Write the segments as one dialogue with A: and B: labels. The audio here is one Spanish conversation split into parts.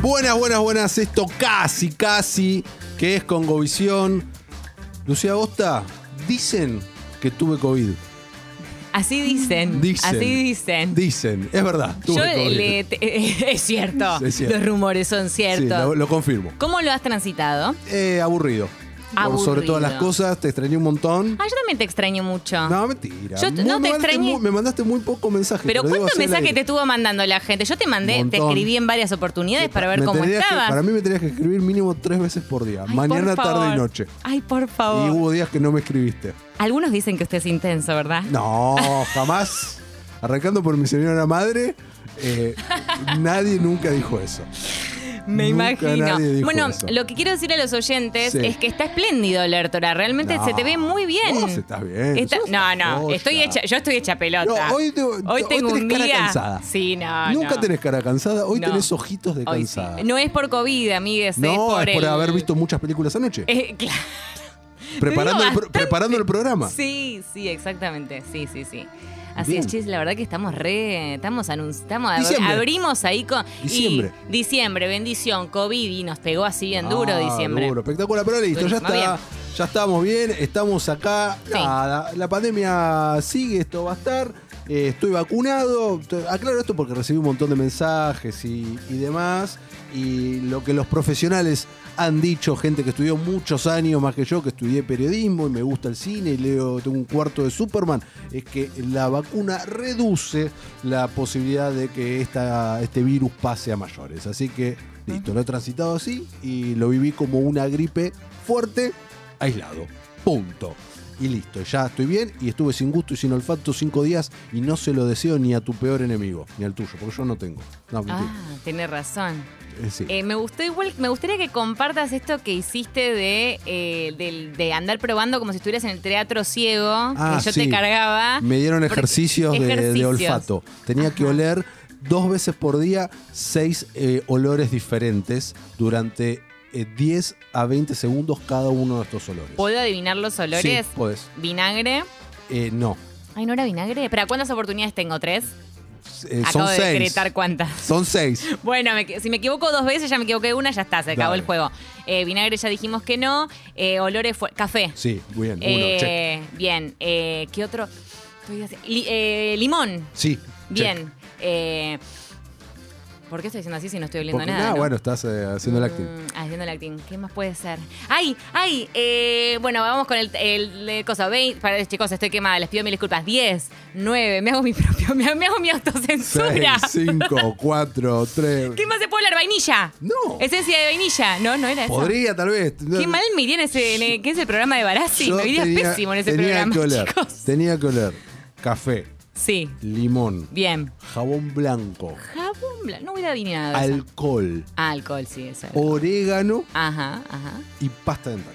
A: Buenas, buenas, buenas. Esto casi, casi, que es con Govisión. Lucía Agosta, dicen que tuve COVID.
B: Así dicen,
A: Dicen.
B: así dicen.
A: Dicen, es verdad. Tuve
B: Yo
A: COVID.
B: le- te- es, cierto,
A: Es cierto.
B: los rumores son
A: Sí,
B: ciertos.
A: lo, lo confirmo.
B: ¿Cómo lo has transitado?
A: Eh, aburrido. Por
B: Aburrido.
A: sobre todas las cosas, te extrañé un montón.
B: Ah, yo también te extraño mucho.
A: No, mentira.
B: Yo-
A: Muy
B: no, te
A: mal,
B: extrañé.
A: muy- me mandaste muy poco mensaje.
B: Pero
A: te lo digo
B: ¿cuántos
A: así al
B: mensajes te
A: aire.
B: estuvo mandando la gente? Yo te mandé, te
A: Montón.
B: escribí en varias oportunidades para ver
A: Me
B: cómo
A: tenías que-
B: estabas.
A: para mí me tenías que escribir mínimo tres veces por día.
B: Ay,
A: mañana,
B: por
A: tarde y
B: favor.
A: noche.
B: Ay, por
A: Y
B: favor.
A: hubo días que no me escribiste.
B: Algunos dicen que usted es intenso, ¿verdad?
A: No, jamás. Arrancando por mi señora madre, eh, nadie nunca dijo eso.
B: Me
A: Nunca
B: imagino.
A: nadie dijo
B: Bueno,
A: eso.
B: lo que quiero decir a los oyentes
A: Sí.
B: es que está espléndido, Lertora. Realmente se te ve muy bien.
A: Vos estás bien.
B: Está-
A: sos
B: no,
A: una
B: no,
A: joya.
B: estoy hecha, yo estoy hecha pelota.
A: No, hoy te- hoy
B: tengo
A: tenés
B: un
A: cara
B: día.
A: cansada.
B: Sí, no.
A: Nunca
B: no.
A: tenés cara cansada, hoy
B: No.
A: tenés ojitos de
B: Hoy sí.
A: cansada.
B: No es por COVID, amigues.
A: No,
B: es por, el-
A: haber visto muchas películas anoche.
B: Eh, claro.
A: preparando,
B: digo
A: el pro-
B: bastante.
A: preparando el programa.
B: Sí, sí, exactamente. Sí, sí, sí. Así
A: Bien.
B: es, Chis, la verdad que estamos re. Estamos anunciamos.
A: Diciembre.
B: Abrimos ahí con. y
A: Diciembre.
B: diciembre, bendición, COVID y nos pegó así bien duro
A: Ah,
B: diciembre.
A: Duro, espectacular, pero listo, ya
B: Durísimo,
A: está. Ya estamos bien, estamos acá.
B: Sí.
A: Nada, la pandemia sigue, esto va a estar. eh, estoy vacunado. Te- Aclaro esto porque recibí un montón de mensajes y, y demás. Y lo que los profesionales han dicho, gente que estudió muchos años más que yo, que estudié periodismo y me gusta el cine y leo tengo un cuarto de Superman, es que la vacuna reduce la posibilidad de que esta, este virus pase a mayores. Así que, listo, lo he transitado así y lo viví como una gripe fuerte, aislado. Punto. Y listo, ya estoy bien y estuve sin gusto y sin olfato cinco días y no se lo deseo ni a tu peor enemigo, ni al tuyo, porque yo no tengo. No,
B: Ah,
A: mentira.
B: tenés razón.
A: Eh, sí.
B: Eh, me gustó igual, me gustaría que compartas esto que hiciste de, eh, del- de andar probando como si estuvieras en el teatro ciego,
A: Ah,
B: que yo
A: sí.
B: te cargaba.
A: Me dieron
B: Porque-
A: ejercicios, de- De,
B: ejercicios.
A: olfato. Tenía que oler dos veces por día seis eh, olores diferentes durante eh, 10 a 20 segundos cada uno de estos olores.
B: ¿Puedo adivinar los olores?
A: Sí, podés.
B: Vinagre.
A: Eh, no.
B: Ay, ¿no era vinagre? ¿Pero cuántas oportunidades tengo? ¿Tres?
A: Eh,
B: Acabo
A: son
B: de
A: seis.
B: decretar cuántas.
A: Son seis.
B: Bueno, me que- si me equivoco dos veces, ya me equivoqué una, ya está, se acabó
A: Dale.
B: el juego. Eh, vinagre ya dijimos que no. Eh, olores fue. Café.
A: Sí, muy bien. Uno, check.
B: Eh, bien. Eh, ¿Qué otro? Estoy así- Li- eh, limón.
A: Sí. check.
B: Bien. Eh, ¿Por qué estoy diciendo así si no estoy oliendo
A: Porque-
B: nada?
A: ah,
B: no?
A: bueno, estás eh, haciendo el acting.
B: Mm, haciendo acting. ¿Qué más puede ser? ¡Ay! ¡Ay! Eh, bueno, vamos con el, el- el cosa. Vein- para, chicos, estoy quemada. Les pido mil disculpas. 10, 9. Me hago mi propio. Me, hago- me hago mi autocensura.
A: 5, 4, 3.
B: ¿Qué más se puede hablar? Vainilla.
A: No.
B: Esencia de vainilla. No, no era eso.
A: Podría, tal vez.
B: Qué mal me iría en ese, en el- que es el programa de Barassi.
A: Yo
B: Me iría
A: tenía-
B: pésimo en ese
A: tenía
B: programa,
A: que oler,
B: chicos.
A: Tenía que oler café,
B: Sí.
A: limón,
B: Bien.
A: jabón blanco,
B: Jabón blanco. No hubiera adivinado. eso.
A: alcohol,
B: Ah, alcohol, sí, eso. era.
A: orégano
B: Ajá, ajá.
A: y pasta dental.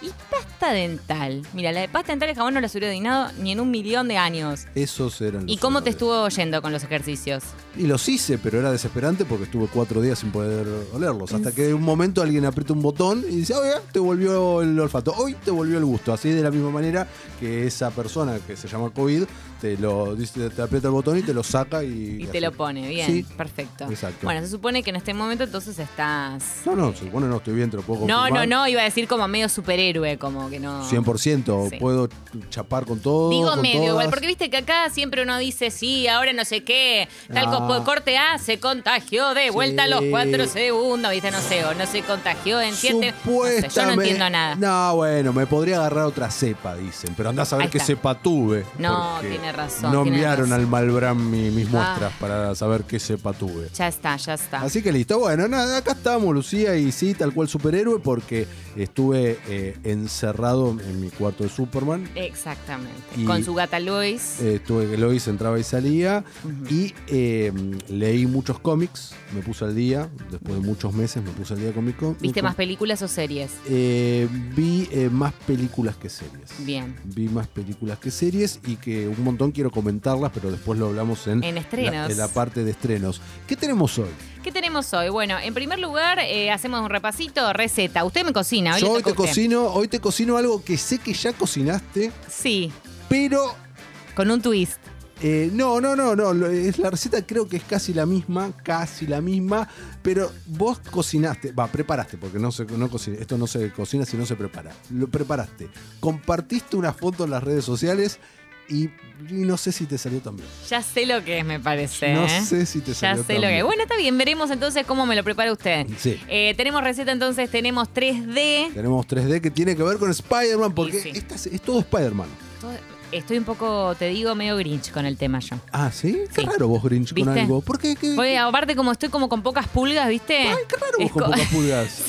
B: Y pasta dental. Mira, la de pasta dental el jabón no la hubiera adivinado ni en un millón de años.
A: Esos eran los
B: ¿Y cómo te
A: olores.
B: estuvo yendo con los ejercicios?
A: Y los hice, pero era desesperante porque estuve cuatro días sin poder olerlos. Hasta que en un momento alguien aprieta un botón y dice, oiga, te volvió el olfato. Hoy te volvió el gusto. Así de la misma manera que esa persona que se llama COVID te lo dice, te aprieta el botón y te lo saca y.
B: Y te lo pone, bien,
A: Sí.
B: perfecto.
A: Exacto.
B: Bueno, se supone que en este momento entonces estás...
A: No, no, bueno, no estoy bien, te lo puedo
B: No, no,
A: confirmar.
B: no, iba a decir como medio superhéroe, como que no...
A: 100%,
B: Sí.
A: puedo chapar con todo.
B: Digo
A: con
B: medio igual,
A: todas.
B: porque viste que acá siempre uno dice, sí, ahora no sé qué, tal
A: Ah.
B: co- corte A se contagió de vuelta a los
A: Sí.
B: cuatro segundos, viste, no sé, o no se contagió en siete... no sé,
A: Supuestamente.
B: yo no entiendo nada.
A: No, bueno, me podría agarrar otra cepa, dicen. Pero andás a ver
B: Ahí
A: qué
B: está.
A: cepa tuve.
B: No,
A: porque
B: tiene razón,
A: No
B: tiene
A: enviaron
B: razón.
A: al Malbram mi- mis
B: Ah.
A: muestras para saber qué cepa tuve.
B: Ya está, ya está.
A: Así que listo, bueno, nada, acá estamos, Lucía, y sí, tal cual superhéroe, porque estuve eh, encerrado en mi cuarto de Superman.
B: Exactamente.
A: Y-
B: Con su gata Lois.
A: Eh, Estuve que Lois entraba y salía. Y eh, leí muchos cómics, me puse al día, después de muchos meses me puse al día con mi cómics.
B: ¿Viste más películas o series?
A: Eh, vi eh, más películas que series.
B: Bien.
A: Vi más películas que series y que un montón quiero comentarlas, pero después lo hablamos en,
B: En estrenos.
A: La, en la parte de estrenos. ¿Qué tenemos hoy?
B: ¿Qué tenemos hoy? Bueno, en primer lugar, eh, hacemos un repasito, receta. Usted me cocina, hoy
A: Yo
B: le
A: hoy
B: toca
A: te
B: a usted.
A: cocino, hoy te cocino algo que sé que ya cocinaste,
B: Sí,
A: pero
B: con un twist.
A: Eh, no, no, no, no. lo- Es, la receta creo que es casi la misma, casi la misma. Pero vos cocinaste, va, preparaste, porque no se, no cocina, esto no se cocina si no se prepara. Lo preparaste. Compartiste una foto en las redes sociales y, y no sé si te salió tan bien.
B: Ya sé lo que es, me parece.
A: No
B: ¿eh?
A: sé si te
B: Ya
A: salió
B: sé
A: tan
B: lo que es.
A: bien.
B: Bueno, está bien, veremos entonces cómo me lo prepara usted.
A: Sí.
B: Eh, tenemos receta entonces, tenemos 3D.
A: Tenemos 3D que tiene que ver con Spider-Man, porque
B: sí.
A: esta es, es todo Spider-Man.
B: Todo- Estoy un poco, te digo, medio grinch con el tema yo.
A: Ah, ¿sí? Qué
B: Sí.
A: raro vos, Grinch, con
B: ¿Viste?
A: algo. ¿Por qué? ¿Qué,
B: Porque aparte como estoy como con pocas pulgas, ¿viste?
A: Ay, qué raro vos
B: Es
A: con
B: co-
A: pocas pulgas.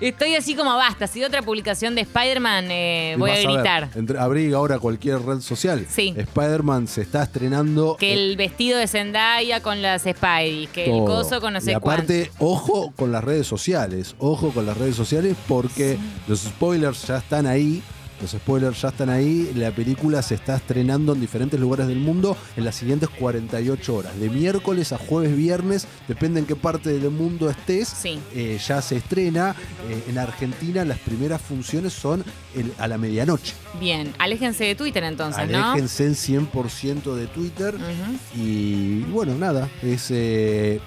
B: Estoy así como basta. Si otra publicación de Spider-Man eh,
A: Y
B: voy a
A: vas ver,
B: gritar.
A: entre- abrí ahora cualquier red social.
B: Sí.
A: Spider-Man se está estrenando.
B: Que
A: eh,
B: el vestido de Zendaya con las Spidey, que
A: todo.
B: el coso con no sé
A: Y
B: cuánto.
A: aparte, ojo con las redes sociales. Ojo con las redes sociales porque los spoilers ya están ahí. Los spoilers ya están ahí. La película se está estrenando en diferentes lugares del mundo en las siguientes 48 horas. De miércoles a jueves, viernes, depende en qué parte del mundo estés.
B: Sí.
A: eh, ya se estrena. Eh, en Argentina las primeras funciones son el- a la medianoche.
B: Bien, aléjense de Twitter entonces, ¿no?
A: Aléjense en 100% de Twitter.
B: Ujú.
A: Y bueno, nada, es... eh,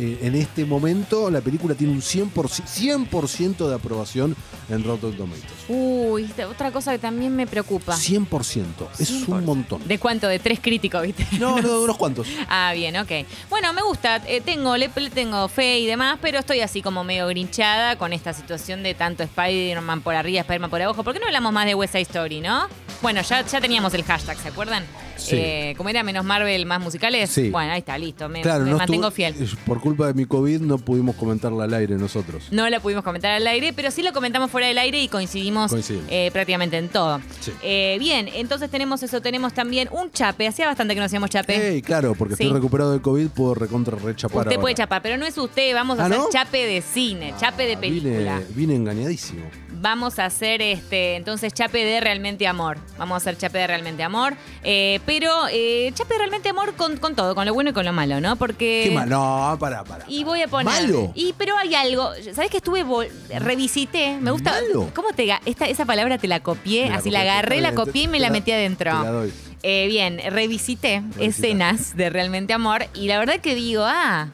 A: eh, en este momento la película tiene un 100%, 100 de aprobación en Rotten Tomatoes.
B: Uy, esta- otra cosa que también me preocupa.
A: 100%, es un montón.
B: ¿De cuánto? De tres críticos, ¿viste?
A: No, no, de unos cuantos.
B: Ah, bien, ok. Bueno, me gusta, eh, tengo, le, le tengo fe y demás, pero estoy así como medio grinchada con esta situación de tanto Spider-Man por arriba, Spider-Man por abajo. ¿Por qué no hablamos más de West Side Story, no? Bueno, ya, ya teníamos el hashtag, ¿se acuerdan?
A: Sí.
B: Eh, como era menos Marvel, más musicales.
A: Sí.
B: Bueno, ahí está, listo, me,
A: Claro,
B: me
A: no
B: mantengo
A: estuvo-
B: fiel.
A: eh, Por culpa de mi COVID no pudimos comentarla al aire nosotros.
B: No la pudimos comentar al aire, pero sí lo comentamos fuera del aire y coincidimos,
A: Coincidimos.
B: eh, prácticamente en todo.
A: Sí.
B: Eh, bien, entonces tenemos eso, tenemos también un chape. Hacía bastante que no hacíamos chape.
A: Ey, claro, porque
B: Sí.
A: estoy recuperado de COVID, puedo recontra rechapar.
B: usted
A: ahora.
B: puede chapar, pero no es usted, vamos a
A: ¿Ah,
B: hacer
A: no?
B: chape de cine, chape de
A: Ah, vine-
B: película.
A: vine engañadísimo.
B: Vamos a hacer este, entonces chape de realmente amor. Vamos a hacer chape de realmente amor. Eh, pero eh, chape de realmente amor con, con todo, con lo bueno y con lo malo, ¿no? Porque.
A: Qué mal. No, pará, pará.
B: Eh, Y voy a poner.
A: ¿Malo?
B: Y pero hay algo. ¿Sabes que estuve vol- revisité? Me gusta.
A: ¿Malo?
B: ¿Cómo te ga- esta esa palabra te la copié?
A: Me
B: así
A: copié,
B: la agarré,
A: está
B: la
A: bien,
B: copié y
A: te-
B: me
A: te
B: la metí
A: Te la
B: adentro.
A: doy.
B: Eh, bien, revisité
A: Revisitaste.
B: escenas de Realmente Amor y la verdad que digo, ah.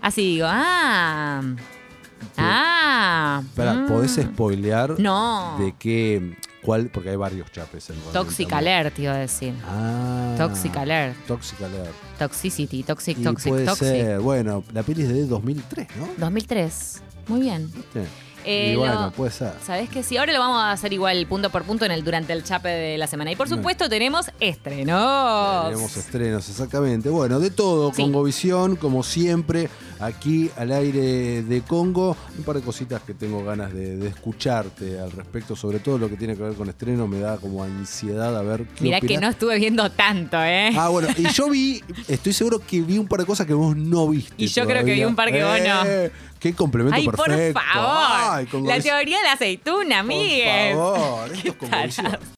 B: Así digo, ah. Ah.
A: Pará,
B: mm,
A: ¿podés spoilear
B: No.
A: de qué, cuál? Porque hay varios chapes en realidad.
B: Toxic alert, iba a decir.
A: Ah.
B: Toxic alert.
A: Toxic alert.
B: Toxicity, toxic,
A: Y
B: toxic,
A: puede
B: toxic.
A: ser, bueno, la peli es de 2003, ¿no?
B: 2003. Muy bien.
A: ¿Viste?
B: Eh,
A: y bueno,
B: lo-
A: puede ser.
B: ¿Sabes que Sí, ahora lo vamos a hacer igual punto por punto en el durante el chape de la semana. Y por
A: Bien.
B: supuesto tenemos estrenos.
A: Tenemos estrenos, exactamente. Bueno, de todo,
B: Sí.
A: Congovisión, como siempre, aquí al aire de Congo. Un par de cositas que tengo ganas de, de escucharte al respecto, sobre todo lo que tiene que ver con estrenos, me da como ansiedad a ver qué
B: Mirá que
A: opinás.
B: no estuve viendo tanto, ¿eh?
A: Ah, bueno, y yo vi, estoy seguro que vi un par de cosas que vos no viste.
B: Y yo creo que vi
A: todavía.
B: un par que vos no.
A: Eh, Qué complemento
B: Ay,
A: perfecto.
B: por favor.
A: Ay, con
B: la
A: Goris-
B: teoría de la aceituna,
A: Por
B: amigues.
A: favor, esto es
B: tarados.
A: convulsión.